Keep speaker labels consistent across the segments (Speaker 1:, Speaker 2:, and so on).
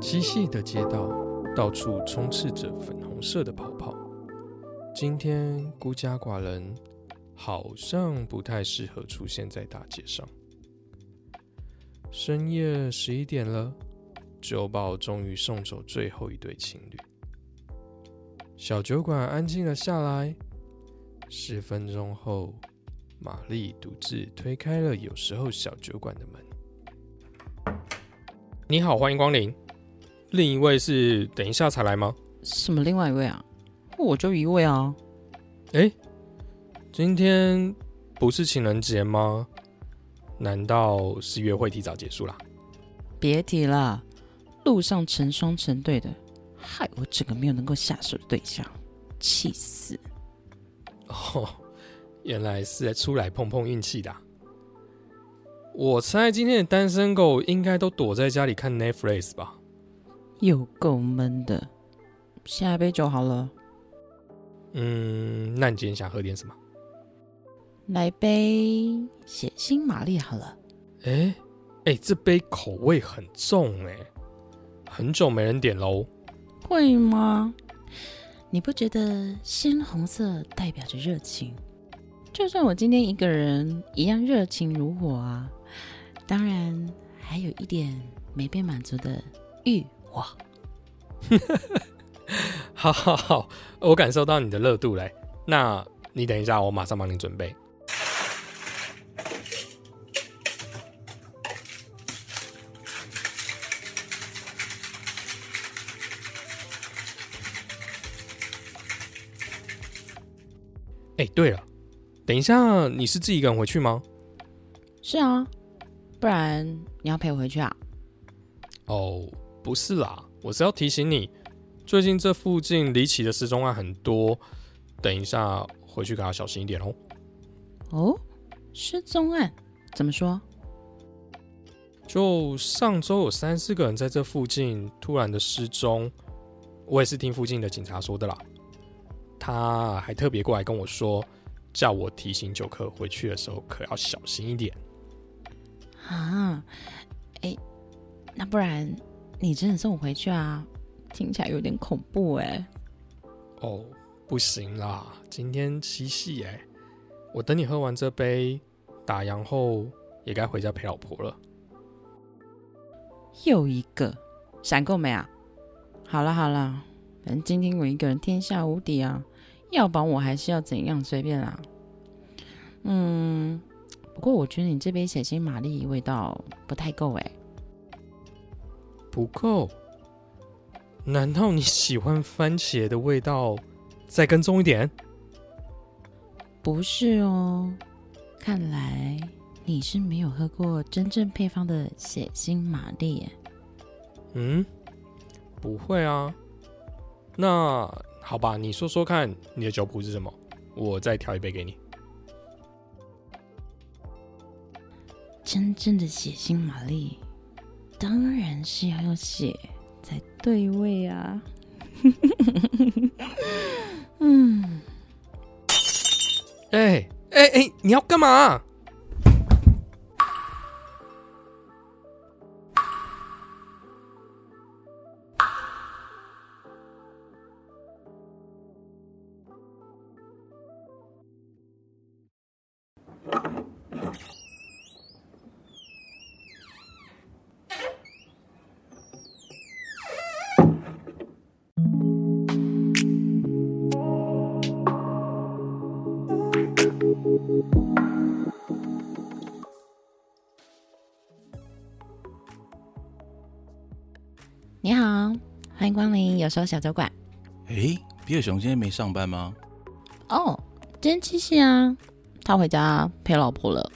Speaker 1: 嬉戏的街道，到处充斥着粉红色的泡泡。今天孤家寡人，好像不太适合出现在大街上。深夜十一点了，酒保终于送走最后一对情侣，小酒馆安静了下来。十分钟后，玛丽独自推开了有时候小酒馆的门。你好，欢迎光临。另一位是等一下才来吗？
Speaker 2: 什么另外一位啊？我就一位啊。
Speaker 1: 诶，今天不是情人节吗？难道是约会提早结束啦？
Speaker 2: 别提了，路上成双成对的，害我整个没有能够下手的对象，气死！
Speaker 1: 哦，原来是出来碰碰运气的啊、我猜今天的单身狗应该都躲在家里看 Netflix 吧？
Speaker 2: 又够闷的。下一杯酒好了，
Speaker 1: 嗯，那你今天想喝点什么？
Speaker 2: 来杯血腥玛丽好了。
Speaker 1: 诶，诶，这杯口味很重诶，很久没人点喽。
Speaker 2: 会吗？你不觉得鲜红色代表着热情？就算我今天一个人，一样热情如火啊。当然，还有一点没被满足的欲望。
Speaker 1: 好好好，我感受到你的热度嘞。那你等一下，我马上帮你准备。哎、对了，等一下，你是自己一个人回去吗？
Speaker 2: 是啊，不然你要陪我回去啊？
Speaker 1: 哦，不是啦，我是要提醒你，最近这附近离奇的失踪案很多，等一下回去给他小心一点哦。
Speaker 2: 哦，失踪案怎么说？
Speaker 1: 就上周有三四个人在这附近突然的失踪，我也是听附近的警察说的啦。他还特别过来跟我说，叫我提醒酒客回去的时候可要小心一点。
Speaker 2: 啊，哎，那不然你真的送我回去啊？听起来有点恐怖哎、
Speaker 1: 哦，不行啦，今天七夕哎、我等你喝完这杯打烊后，也该回家陪老婆了。
Speaker 2: 又一个，闪够没啊？好了好了，反正今天我一个人天下无敌啊，要绑我还是要怎样随便啦。嗯，不过我觉得你这杯血腥玛丽味道不太够哎、
Speaker 1: 不够？难道你喜欢番茄的味道？再跟踪一点。
Speaker 2: 不是哦，看来你是没有喝过真正配方的血腥玛丽耶。
Speaker 1: 嗯，不会啊。那好吧，你说说看，你的酒谱是什么？我再调一杯给你。
Speaker 2: 真正的血腥玛丽，当然是要用血才对味啊。嗯，
Speaker 1: 哎哎哎，你要干嘛？
Speaker 2: 你好，欢迎光临有时候小酒馆。
Speaker 3: 诶，比尔熊今天没上班吗？
Speaker 2: 哦，今天七夕啊，他回家陪老婆了。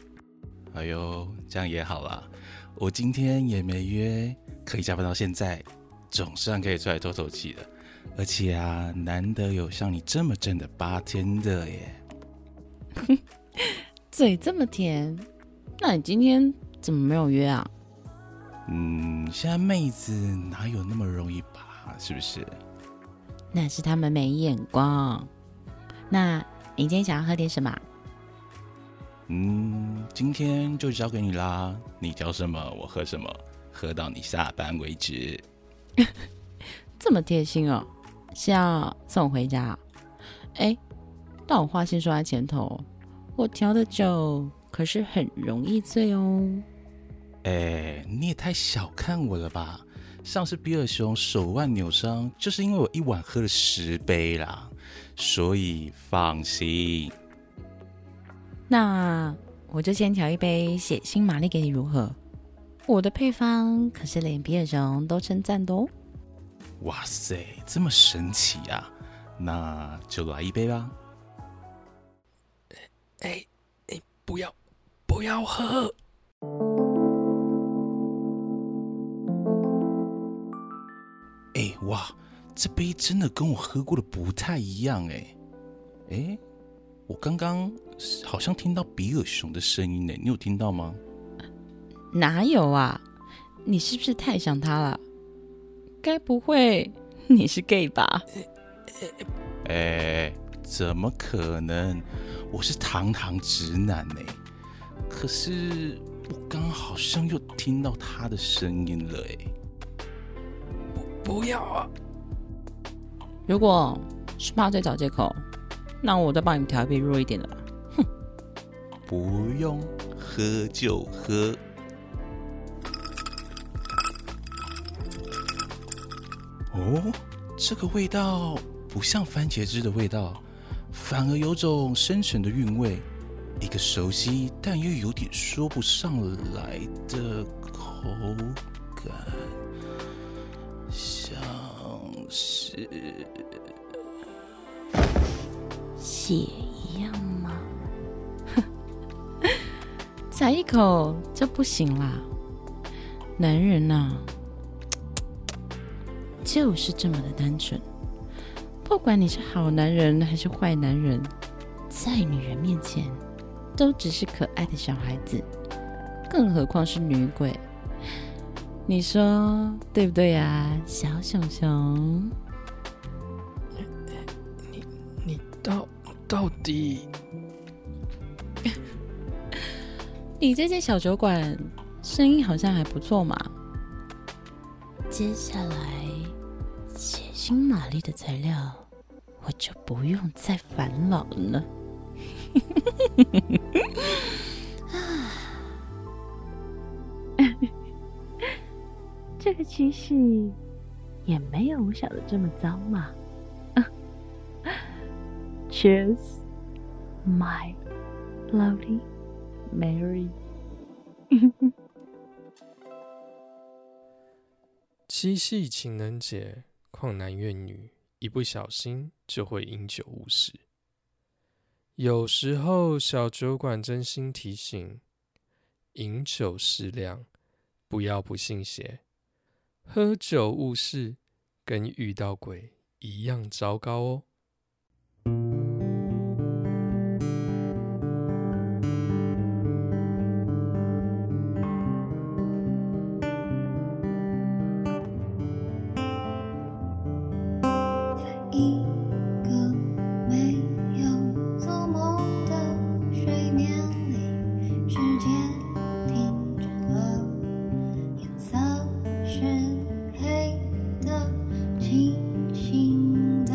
Speaker 3: 哎呦，这样也好啦。我今天也没约，可以加班到现在，总算可以出来透透气了。而且啊，难得有像你这么正的八天的耶。
Speaker 2: 嘴这么甜，那你今天怎么没有约啊？
Speaker 3: 嗯，现在妹子哪有那么容易吧？是不是？
Speaker 2: 那是他们没眼光。那你今天想要喝点什么啊？
Speaker 3: 嗯，今天就交给你啦，你挑什么我喝什么，喝到你下班为止。
Speaker 2: 这么贴心哦，是要送我回家啊？哎，但我话先说在前头，我调的酒可是很容易醉哦。
Speaker 3: 哎，你也太小看我了吧！上次比尔熊手腕扭伤，就是因为我一晚喝了十杯啦，所以放心。
Speaker 2: 那我就先调一杯血腥玛丽给你如何？我的配方可是连比尔熊都称赞的哦。
Speaker 3: 哇塞，这么神奇啊！那就来一杯吧。
Speaker 1: 哎哎，不要不要喝！
Speaker 3: 哎哇，这杯真的跟我喝过的不太一样哎。哎，我刚刚好像听到比尔熊的声音呢，你有听到吗？
Speaker 2: 哪有啊？你是不是太想他了？该不会你是 gay 吧？
Speaker 3: 哎，怎么可能？我是堂堂直男呢、可是我刚刚好像又听到他的声音了哎、
Speaker 1: 不要啊！
Speaker 2: 如果是怕醉找借口，那我再帮你们调一杯弱一点的吧。
Speaker 3: 不用喝就喝。哦，这个味道不像番茄汁的味道，反而有种深沉的韵味，一个熟悉但又有点说不上来的口感，像是……
Speaker 2: 血一样 吗？才一口就不行啦！男人呐、就是这么的单纯。不管你是好男人还是坏男人，在女人面前都只是可爱的小孩子，更何况是女鬼。你说对不对呀、啊，小熊熊？
Speaker 1: 你到到底
Speaker 2: 你这间小酒馆生意好像还不错嘛。接下来，血腥玛丽的材料我就不用再烦恼了呢。
Speaker 4: 这个七夕也没有我想的这么糟嘛。Cheers, my lovely Mary。
Speaker 1: 七夕情人节，旷男怨女，一不小心就会因酒误事。有时候小酒馆真心提醒：饮酒适量，不要不信邪。喝酒误事，跟遇到鬼一样糟糕哦。
Speaker 5: 一个没有做梦的睡眠里，世界停止了，颜色是黑的，清醒的，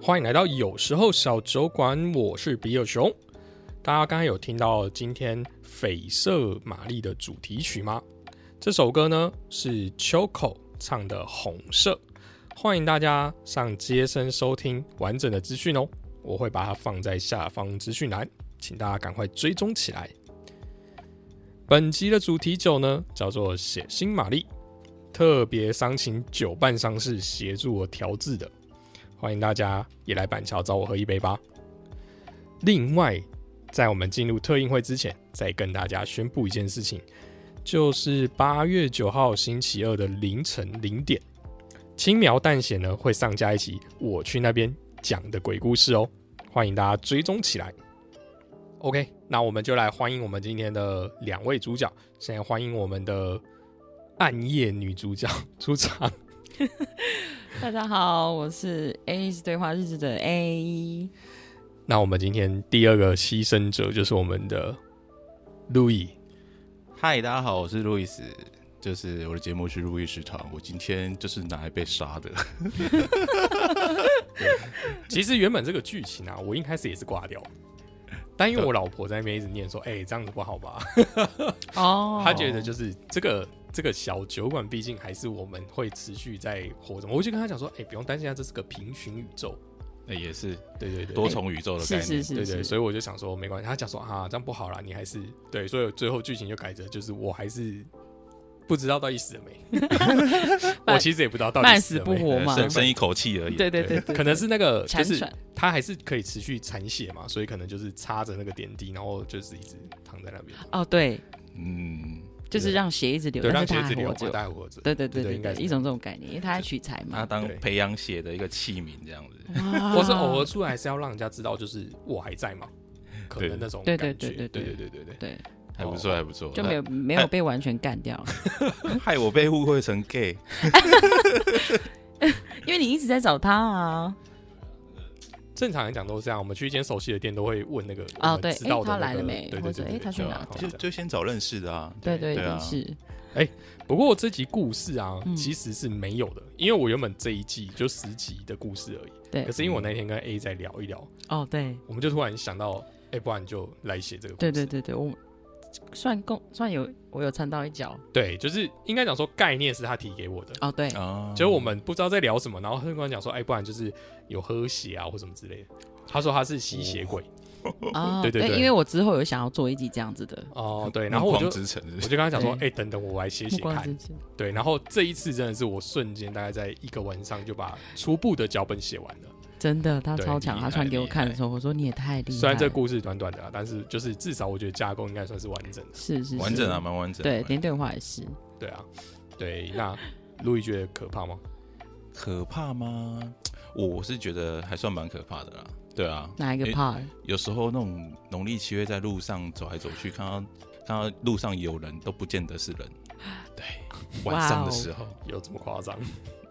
Speaker 1: 欢迎来到有时候小酒馆，我是比尔熊。大家刚才有听到今天《绯色玛丽》的主题曲吗？这首歌呢是 Choco 唱的《红色》，欢迎大家上街声收听完整的资讯哦，我会把它放在下方资讯栏，请大家赶快追踪起来。本集的主题酒呢叫做血腥玛丽，特别商请酒伴商事协助我调制的。欢迎大家也来板桥找我喝一杯吧。另外，在我们进入特映会之前，再跟大家宣布一件事情，就是八月九号星期二的凌晨零点，轻描淡写呢会上架一期我去那边讲的鬼故事哦，欢迎大家追踪起来。OK，那我们就来欢迎我们今天的两位主角，现在欢迎我们的暗夜女主角出场。
Speaker 2: 大家好，我是 A 是对话日志的 A。
Speaker 1: 那我们今天第二个牺牲者就是我们的路易。
Speaker 3: 嗨，大家好，我是路易斯，就是我的节目是路易食堂，我今天就是拿来被杀的。
Speaker 1: 其实原本这个剧情啊，我一开始也是挂掉，但因为我老婆在那边一直念说：“哎、这样子不好吧？”
Speaker 2: 哦
Speaker 1: 她觉得就是这个这个小酒馆，毕竟还是我们会持续在活动。我就跟她讲说：“哎、不用担心啊，这是个平行宇宙。
Speaker 3: 那哎也是”
Speaker 1: 对对对，
Speaker 3: 多重宇宙的概
Speaker 2: 是
Speaker 3: 念，
Speaker 2: 是是
Speaker 1: 对
Speaker 2: 是，
Speaker 1: 对，所以我就想说没关系。他讲说啊，这样不好啦，你还是对，所以最后剧情就改着，就是我还是不知道到底死了 没，我其实也不知道到底
Speaker 2: 半
Speaker 1: 死
Speaker 2: 死
Speaker 1: 了
Speaker 2: 不
Speaker 1: 没。
Speaker 2: 活
Speaker 3: 呃
Speaker 2: 嘛。
Speaker 3: 剩剩一口气而已。
Speaker 2: 对对对对，
Speaker 1: 可能是那个就
Speaker 2: 残
Speaker 1: 是
Speaker 2: 喘。
Speaker 1: 他还是可以持续残血嘛，所以可能就是插着那个点滴，然后就是一直躺在那边，
Speaker 2: 哦，对，
Speaker 3: 嗯，
Speaker 2: 就是让血一直流，
Speaker 1: 对，
Speaker 2: 但
Speaker 1: 让
Speaker 2: 是
Speaker 1: 血
Speaker 2: 他
Speaker 1: 一直
Speaker 2: 还
Speaker 1: 流
Speaker 2: 活
Speaker 1: 嘛，
Speaker 2: 着。
Speaker 1: 大家活着。
Speaker 2: 对对
Speaker 1: 对
Speaker 2: 对
Speaker 1: 对
Speaker 2: 对
Speaker 1: 应该
Speaker 2: 对，
Speaker 1: 是
Speaker 2: 一种这种概念，因为他在取材
Speaker 3: 拿它
Speaker 2: 嘛。
Speaker 3: 当
Speaker 1: 对
Speaker 3: 培养血的一个器皿这样子。
Speaker 2: 哇
Speaker 1: 啊或是偶尔出来是要让人家知道，就是我还在嘛，可能那种
Speaker 2: 对
Speaker 1: 感
Speaker 2: 对
Speaker 1: 觉。对
Speaker 2: 对对
Speaker 1: 对
Speaker 2: 对
Speaker 1: 对对对。
Speaker 2: 对，
Speaker 3: 还不错，还不错，
Speaker 2: 就
Speaker 1: 啊
Speaker 2: 没有没
Speaker 1: 哎
Speaker 2: 有被完全干掉，
Speaker 3: 害我被误会成 gay。
Speaker 2: 因为你一直在找他啊。
Speaker 1: 正常来讲都是这样，我们去一间熟悉的店都会问那个我
Speaker 2: 哦
Speaker 1: 们
Speaker 2: 对
Speaker 1: 知道
Speaker 2: 诶
Speaker 1: 的
Speaker 2: 他
Speaker 1: 那
Speaker 2: 来
Speaker 1: 个
Speaker 2: 了没
Speaker 1: 对
Speaker 2: 或
Speaker 1: 对
Speaker 2: 者
Speaker 1: 对，
Speaker 2: 诶
Speaker 1: 对
Speaker 2: 他去
Speaker 1: 对
Speaker 2: 哪
Speaker 1: 好
Speaker 3: 就
Speaker 1: 这样
Speaker 3: 就先找认识的啊，
Speaker 2: 对对，一
Speaker 3: 对啊
Speaker 2: 定是
Speaker 1: 不过这集故事啊，
Speaker 2: 嗯
Speaker 1: 其实是没有的，因为我原本这一季就十集的故事而已。
Speaker 2: 对
Speaker 1: 可是因为我那天跟 A 在聊一聊，
Speaker 2: 哦，对
Speaker 1: 我们就突然想到，哎，不然就来写这个故
Speaker 2: 对
Speaker 1: 事。
Speaker 2: 对对对，我算共算有我有掺到一脚。
Speaker 1: 对，就是应该讲说概念是他提给我的，
Speaker 2: 哦，对，
Speaker 3: 啊，
Speaker 1: 就是我们不知道在聊什么，然后他就跟我讲说，哎，不然就是有喝血啊或什么之类的。他说他是吸血鬼
Speaker 2: 哦，
Speaker 1: 对对对
Speaker 2: 因为我之后有想要做一集这样子的
Speaker 1: 哦，对，
Speaker 3: 对
Speaker 1: 然后我就
Speaker 3: 之城
Speaker 1: 我就跟他讲说，哎，
Speaker 2: 对
Speaker 1: 等等，我来写
Speaker 2: 嗯目
Speaker 1: 写
Speaker 2: 光
Speaker 1: 看
Speaker 2: 之。间。
Speaker 1: 对，然后这一次真的是我瞬间大概在一个晚上就把初步的脚本写完了。
Speaker 2: 真的，他
Speaker 1: 对
Speaker 2: 超强，
Speaker 3: 厉
Speaker 2: 他
Speaker 3: 害
Speaker 2: 传给我
Speaker 3: 厉
Speaker 2: 看的
Speaker 3: 害
Speaker 2: 时候，我说你也太厉害了。
Speaker 1: 虽然这故事短短的、啊，但是就是至少我觉得架构应该算是完整的。
Speaker 2: 是是
Speaker 3: 完整啊，
Speaker 2: 是
Speaker 3: 蛮完整的。
Speaker 2: 对，连对话也是。
Speaker 1: 对啊，对，那路易觉得可怕吗？
Speaker 3: 可怕吗？我是觉得还算蛮可怕的啦。对啊，
Speaker 2: 哪一个
Speaker 3: 诶
Speaker 2: part？
Speaker 3: 有时候那种农历七月在路上走来走去，看到看到路上有人都不见得是人。对，晚
Speaker 2: 哦
Speaker 3: 上的时候，
Speaker 1: 有这么夸张？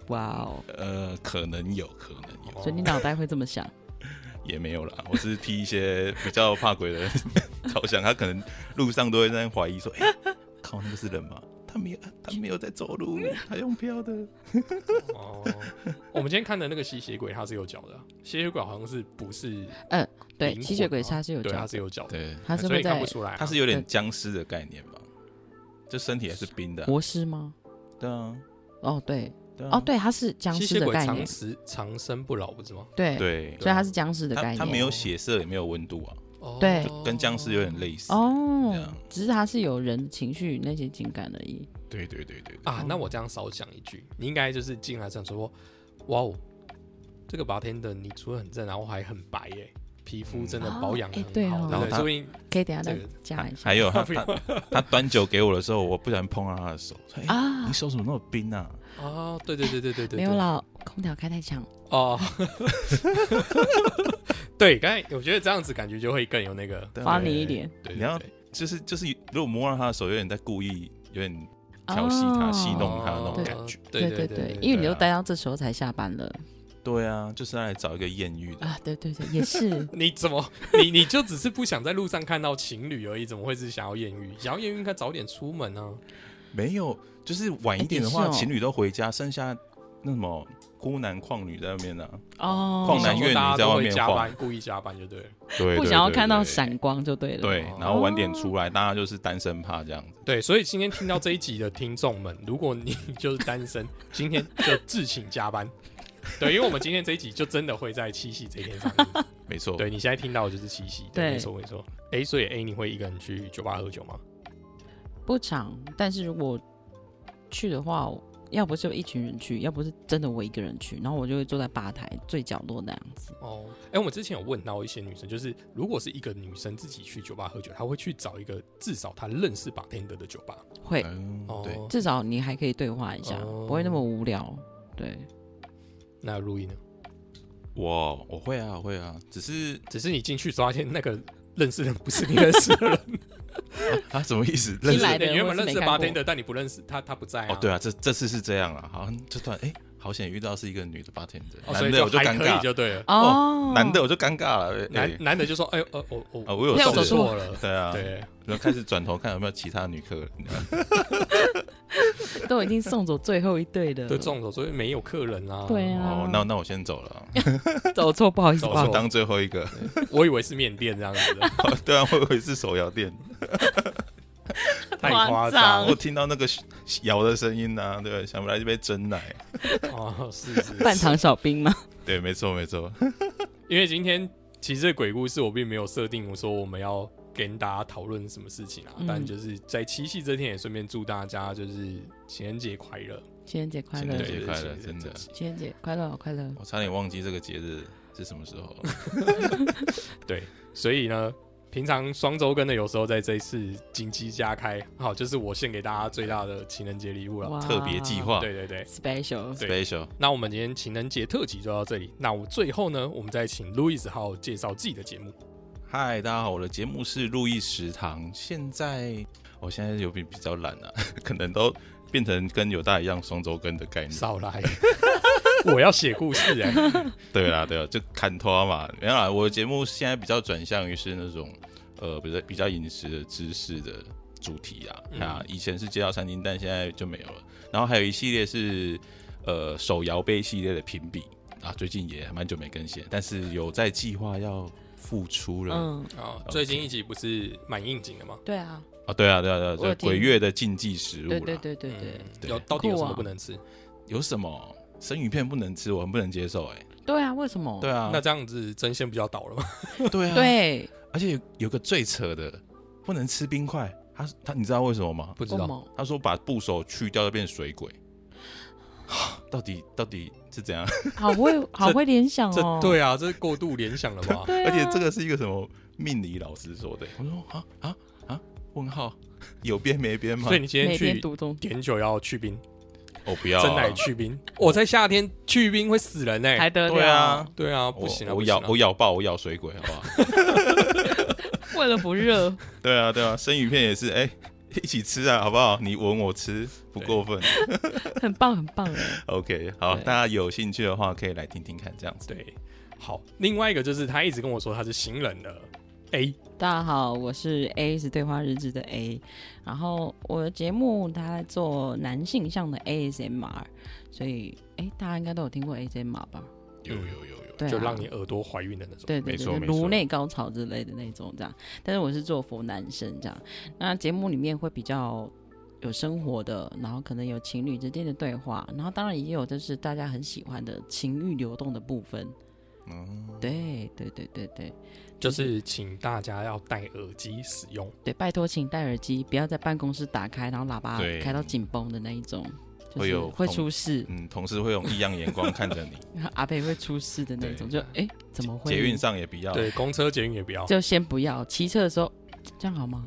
Speaker 2: 哇哦，
Speaker 3: 呃，可能有，可能 有，
Speaker 2: 所以你脑袋会这么想？
Speaker 3: 也没有啦。我是替一些比较怕鬼的人 着想，他可能路上都会在怀疑说：“哎、靠，那个是人吗？他没有，他没有在走路，他用飘的。
Speaker 1: 哦，我们今天看的那个吸血鬼，它是有脚的啊、吸血鬼好像是不是？
Speaker 2: 嗯，对，
Speaker 1: 灵
Speaker 2: 吸血
Speaker 1: 魂
Speaker 2: 鬼
Speaker 1: 吗
Speaker 2: 他是有
Speaker 1: 对，它
Speaker 2: 讲，
Speaker 1: 是有脚”的，
Speaker 3: 对，
Speaker 2: 他是
Speaker 1: 所
Speaker 2: 会
Speaker 1: 以看
Speaker 2: 在
Speaker 1: 不出来啊、
Speaker 3: 他是有点僵尸的概念吧？就身体还是冰的啊、
Speaker 2: 活尸吗？
Speaker 3: 对啊，
Speaker 2: 哦，对，
Speaker 3: 对啊
Speaker 2: 嗯哦，对，他是僵
Speaker 1: 吸
Speaker 2: 尸
Speaker 1: 血
Speaker 2: 的
Speaker 1: 鬼
Speaker 2: 概
Speaker 1: 长
Speaker 2: 念，
Speaker 1: 死长生不老，不是吗？
Speaker 2: 对，
Speaker 3: 对，
Speaker 2: 所以他是僵尸的概
Speaker 3: 他
Speaker 2: 念。
Speaker 3: 他没有血色，也没有温度啊，
Speaker 1: 哦
Speaker 2: 对
Speaker 3: 跟僵尸有点类似。这
Speaker 2: 哦
Speaker 3: 样，
Speaker 2: 只是他是有人情绪那些情感而已。
Speaker 3: 对对对对对，
Speaker 1: 啊。
Speaker 2: 嗯
Speaker 1: 那我这样少讲一句，你应该就是进来想说，哇哦，这个白天的你除了很正，然后还很白耶、皮肤真的保养
Speaker 2: 哦
Speaker 1: 得
Speaker 2: 哎
Speaker 1: 很
Speaker 2: 对
Speaker 1: 好，
Speaker 2: 哦
Speaker 1: 对不
Speaker 3: 嗯然后
Speaker 1: 对？
Speaker 3: 他
Speaker 1: 说不定
Speaker 2: 可以等一下
Speaker 1: 这
Speaker 2: 再
Speaker 1: 个
Speaker 2: 加一下
Speaker 3: 还有 他他他端酒给我的时候，我不小心碰到他的手，说哎，
Speaker 2: 啊
Speaker 3: 你，手怎么那么冰啊？
Speaker 1: 哦，对对对对对对，
Speaker 2: 没有
Speaker 1: 对
Speaker 2: 啦，空调开太强。
Speaker 1: 哦， 对，刚才我觉得这样子感觉就会更有那个，
Speaker 3: 对啊
Speaker 2: 罚你一，点，
Speaker 1: 对，对
Speaker 3: 你要
Speaker 1: 对
Speaker 3: 就是就是，如果摸到他的手，有点在故意，有点调戏他、
Speaker 2: 哦
Speaker 3: 戏弄他的那种
Speaker 1: 哦
Speaker 3: 感觉。
Speaker 1: 对
Speaker 2: 对
Speaker 1: 对，
Speaker 2: 因为你
Speaker 3: 对
Speaker 2: 都
Speaker 3: 啊
Speaker 2: 待到这时候才下班了
Speaker 3: 对啊，就是他来找一个艳遇的。
Speaker 2: 啊，对对对，也是
Speaker 1: 你怎么 你你就只是不想在路上看到情侣而已，怎么会是想要艳遇？想要艳遇应该早点出门啊，
Speaker 3: 没有，就是晚一点的
Speaker 2: 哎
Speaker 3: 话，
Speaker 2: 也是哦
Speaker 3: 情侣都回家，剩下那什么孤男旷女在啊外面呢、
Speaker 2: 哦，
Speaker 3: 旷男
Speaker 1: 想
Speaker 3: 怨
Speaker 1: 说
Speaker 3: 女
Speaker 1: 大家
Speaker 3: 在
Speaker 1: 都
Speaker 3: 外
Speaker 1: 会
Speaker 3: 面
Speaker 1: 加
Speaker 3: 晃
Speaker 1: 班，故意加班就对了。
Speaker 3: 对，
Speaker 2: 不
Speaker 3: 对
Speaker 2: 想要
Speaker 3: 对
Speaker 2: 看到
Speaker 3: 对哦
Speaker 2: 闪光就对了。
Speaker 3: 对，然后晚点出来，大家就是单身怕这样子。
Speaker 1: 对，所以今天听到这一集的听众们，如果你就是单 身，今天就自请加班。对，因为我们今天这一集就真的会在七夕这一天上 映。
Speaker 3: 没错，
Speaker 1: 对，你现在听到的就是七夕，
Speaker 2: 对
Speaker 1: 没错没错。哎，所以 A 你会一个人去酒吧喝酒吗？
Speaker 2: 不长，但是如果去的话，我要不是有一群人去，要不是真的我一个人去，然后我就会坐在吧台最角落那样子。
Speaker 1: 哦，哎，我们之前有问到一些女生，就是如果是一个女生自己去酒吧喝酒，她会去找一个至少她认识 bartender 的酒吧。
Speaker 2: 会，
Speaker 3: 嗯，
Speaker 1: 哦，
Speaker 3: 对，
Speaker 2: 至少你还可以对话一下，
Speaker 1: 哦
Speaker 2: 不会那么无聊。对，
Speaker 1: 那路易呢？
Speaker 3: 我我会啊，我会啊，只是
Speaker 1: 只是你进去之后发现那个认识的人不是你认识的人，
Speaker 3: 啊，什么意思？
Speaker 2: 新
Speaker 3: 认识
Speaker 2: 来的
Speaker 1: 你原本
Speaker 2: 或
Speaker 1: 认
Speaker 2: 是
Speaker 1: 识
Speaker 2: 没看过
Speaker 1: bartender，但你不认识他，他不在啊。
Speaker 3: 哦，对啊，这这次是这样啊，好像就突然哎，好险遇到是一个女的 bartender，、
Speaker 1: 哦，所
Speaker 3: 男
Speaker 1: 以
Speaker 3: 的我
Speaker 1: 还
Speaker 3: 尴
Speaker 1: 可以
Speaker 3: 尬，
Speaker 1: 就对了。
Speaker 2: 哦，
Speaker 3: 男的我就尴尬了，哎、
Speaker 1: 男男的就说：“哎呦，呃，我我
Speaker 3: 啊我有
Speaker 1: 走
Speaker 2: 事
Speaker 1: 错了。
Speaker 3: 对啊，”
Speaker 1: 对，
Speaker 3: 然后开始转头看有没有其他女客人，
Speaker 2: 都已经送走最后一队 了，
Speaker 1: 都中了，所以没有客人啊。
Speaker 2: 嗯对啊
Speaker 3: 哦，，那那我先 走了，
Speaker 2: 走错，不好意思，
Speaker 1: 走
Speaker 2: 不
Speaker 1: 错
Speaker 2: 好
Speaker 3: 我
Speaker 2: 意思。
Speaker 3: 当最后一个，
Speaker 1: 我以为是面店这样子的，
Speaker 3: 对啊，我以为是手摇 店，
Speaker 1: 太夸
Speaker 2: 夸张
Speaker 1: 张
Speaker 3: 我听到那个摇的声音呐、啊，对，想不来这杯真奶，
Speaker 1: 哦，是是是
Speaker 2: 半糖小兵吗？
Speaker 3: 对，没错没错，
Speaker 1: 因为今天其实这个鬼故事我并没有设定我说我们要跟大家讨论什么事情啊，
Speaker 2: 嗯
Speaker 1: 但就是在七夕这天也顺便祝大家就是情人节快乐，
Speaker 2: 情人节快
Speaker 3: 情
Speaker 2: 乐
Speaker 3: 人，
Speaker 1: 对
Speaker 3: 节
Speaker 1: 对
Speaker 3: 快
Speaker 1: 情
Speaker 3: 乐，
Speaker 1: 人节
Speaker 3: 真的
Speaker 1: 真，是
Speaker 2: 情人节快乐，快乐。
Speaker 3: 我差点忘记这个节日是什么时
Speaker 2: 啊
Speaker 3: 候了，
Speaker 1: 对，所以呢。平常双周更的，有时候在这一次紧急加开，好，就是我献给大家最大的情人节礼物了。
Speaker 2: 哇
Speaker 3: 特别计划
Speaker 1: 对对对，
Speaker 2: ，special，
Speaker 1: 对
Speaker 3: ，special，
Speaker 1: 那我们今天情人节特辑就到这里。那我最后呢，我们再请 Louis 好好介绍自己的节目。
Speaker 3: 嗨，大家好，我的节目是路易食堂。现在我现在有比比较懒啊， 可能都变成跟有大一样双周更的概念。
Speaker 1: 少来， 我要写故事 哎、
Speaker 3: 对啦，对啦，啊就砍拖嘛。没有啦，我的节目现在比较转向于是那种呃，比较比较饮食的知识的主题啊。
Speaker 1: 嗯
Speaker 3: 那以前是介绍餐厅，但现在就没有了。然后还有一系列是呃手摇杯系列的评比啊，最近也蛮久没更新了，但是有在计划要复出了。
Speaker 2: 嗯，
Speaker 1: 哦，
Speaker 3: OK
Speaker 1: 最近一集不是蛮应景的吗？
Speaker 2: 对啊，
Speaker 3: 啊，对啊，对啊，对啊，
Speaker 2: 我
Speaker 3: 对
Speaker 2: 有
Speaker 3: 啊
Speaker 2: 听
Speaker 3: 鬼月的禁忌食物
Speaker 2: 对
Speaker 3: 啦。
Speaker 2: 对对对对，
Speaker 1: 嗯
Speaker 3: 对
Speaker 1: 有到底有什
Speaker 2: 酷
Speaker 1: 么
Speaker 2: 啊
Speaker 1: 不能吃？
Speaker 3: 有什么生鱼片不能吃，我很不能接受哎、
Speaker 2: 对啊，为什么？
Speaker 3: 对啊，
Speaker 1: 那这样子针线不就要倒了吗？
Speaker 3: 对啊，，
Speaker 2: 对，
Speaker 3: 而且有有个最扯的，不能吃冰块。他他你知道为什么吗？
Speaker 1: 不知
Speaker 2: 为
Speaker 1: 道，
Speaker 2: 什么？
Speaker 3: 他说把部首去掉就变水鬼。到底到底是怎样？
Speaker 2: 好会好会联想
Speaker 3: 这
Speaker 2: 哦，
Speaker 1: 对啊，这是过度联想了吧？
Speaker 2: 对啊，
Speaker 3: 而且这个是一个什么命理老师说的、我说啊啊啊，问号有边没边 吗
Speaker 1: 所以？你今天
Speaker 2: 每天
Speaker 1: 去
Speaker 2: 读中
Speaker 1: 点酒要去冰，
Speaker 3: 哦不要、啊，
Speaker 1: 真奶去冰。我在夏天去冰会死人哎、
Speaker 2: 还得了？
Speaker 3: 对啊，
Speaker 1: 对啊，
Speaker 3: 我
Speaker 1: 不行啊，
Speaker 3: 我
Speaker 1: 不
Speaker 3: 咬
Speaker 1: 行
Speaker 3: 我
Speaker 1: 啊。
Speaker 3: 咬爆我咬水鬼好不 好？
Speaker 2: 为了不热，
Speaker 3: 对啊，对啊，生鱼片也是，哎、一起吃啊，好不好？你闻我吃，不过分。
Speaker 2: 很棒很棒哎，
Speaker 3: OK，好，
Speaker 2: 对
Speaker 3: 大家有兴趣的话可以来听听看，这样子。
Speaker 1: 对，好，另外一个就是他一直跟我说他是行人的哎 A，
Speaker 2: 大家好，我是 A 是对话日志的 A，然后我的节目它在做男性向的 ASMR，所以哎，大家应该都有听过 ASMR 吧？
Speaker 3: 有有有有，
Speaker 2: 对、
Speaker 1: 嗯
Speaker 2: 啊，
Speaker 1: 就让你耳朵怀孕的那种。
Speaker 2: 对对
Speaker 3: 没
Speaker 2: 对，
Speaker 3: 错
Speaker 2: 就
Speaker 3: 没错
Speaker 2: 颅内高潮之类的那种这样。但是我是做佛男生这样，那节目里面会比较有生活的，然后可能有情侣之间的对话，然后当然也有就是大家很喜欢的情欲流动的部分。
Speaker 3: 嗯，
Speaker 2: 对对对对对
Speaker 1: 就是请大家要戴耳机使用。
Speaker 2: 对，拜托请戴耳机，不要在办公室打开，然后喇叭
Speaker 3: 对
Speaker 2: 开到紧绷的那一种，就
Speaker 3: 会
Speaker 2: 是
Speaker 3: 有
Speaker 2: 会
Speaker 3: 同
Speaker 2: 出事，
Speaker 3: 嗯，同事会用异样眼光看着你，
Speaker 2: 阿贝会出事的那种。就
Speaker 3: 对
Speaker 2: 哎，怎么会？
Speaker 3: 捷运上也不要。
Speaker 1: 对，公车、捷运也不
Speaker 3: 哦
Speaker 1: 要。
Speaker 2: 就先不要骑车的时候，这样好吗？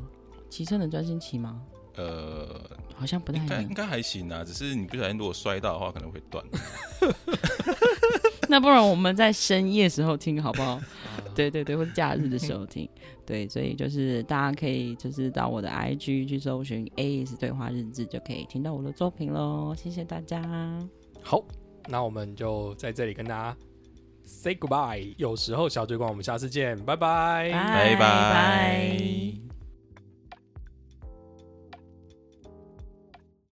Speaker 2: 骑车能专心骑吗？
Speaker 3: 呃，
Speaker 2: 好像不太
Speaker 3: 应该
Speaker 2: 能
Speaker 3: 应。该还行啊，只是你不小心如果摔到的话，可能会断。
Speaker 2: 那不然我们在深夜时候听好不 好？
Speaker 3: 啊
Speaker 2: 对对对，或者假日的时候听。对，所以就是大家可以就是到我的 IG 去搜寻 AS 对话日志，就可以听到我的作品喽。谢谢大家，
Speaker 1: 好，那我们就在这里跟大家 say goodbye。有时候小酒馆，我们下次见，拜拜。
Speaker 3: 哎拜拜
Speaker 2: 拜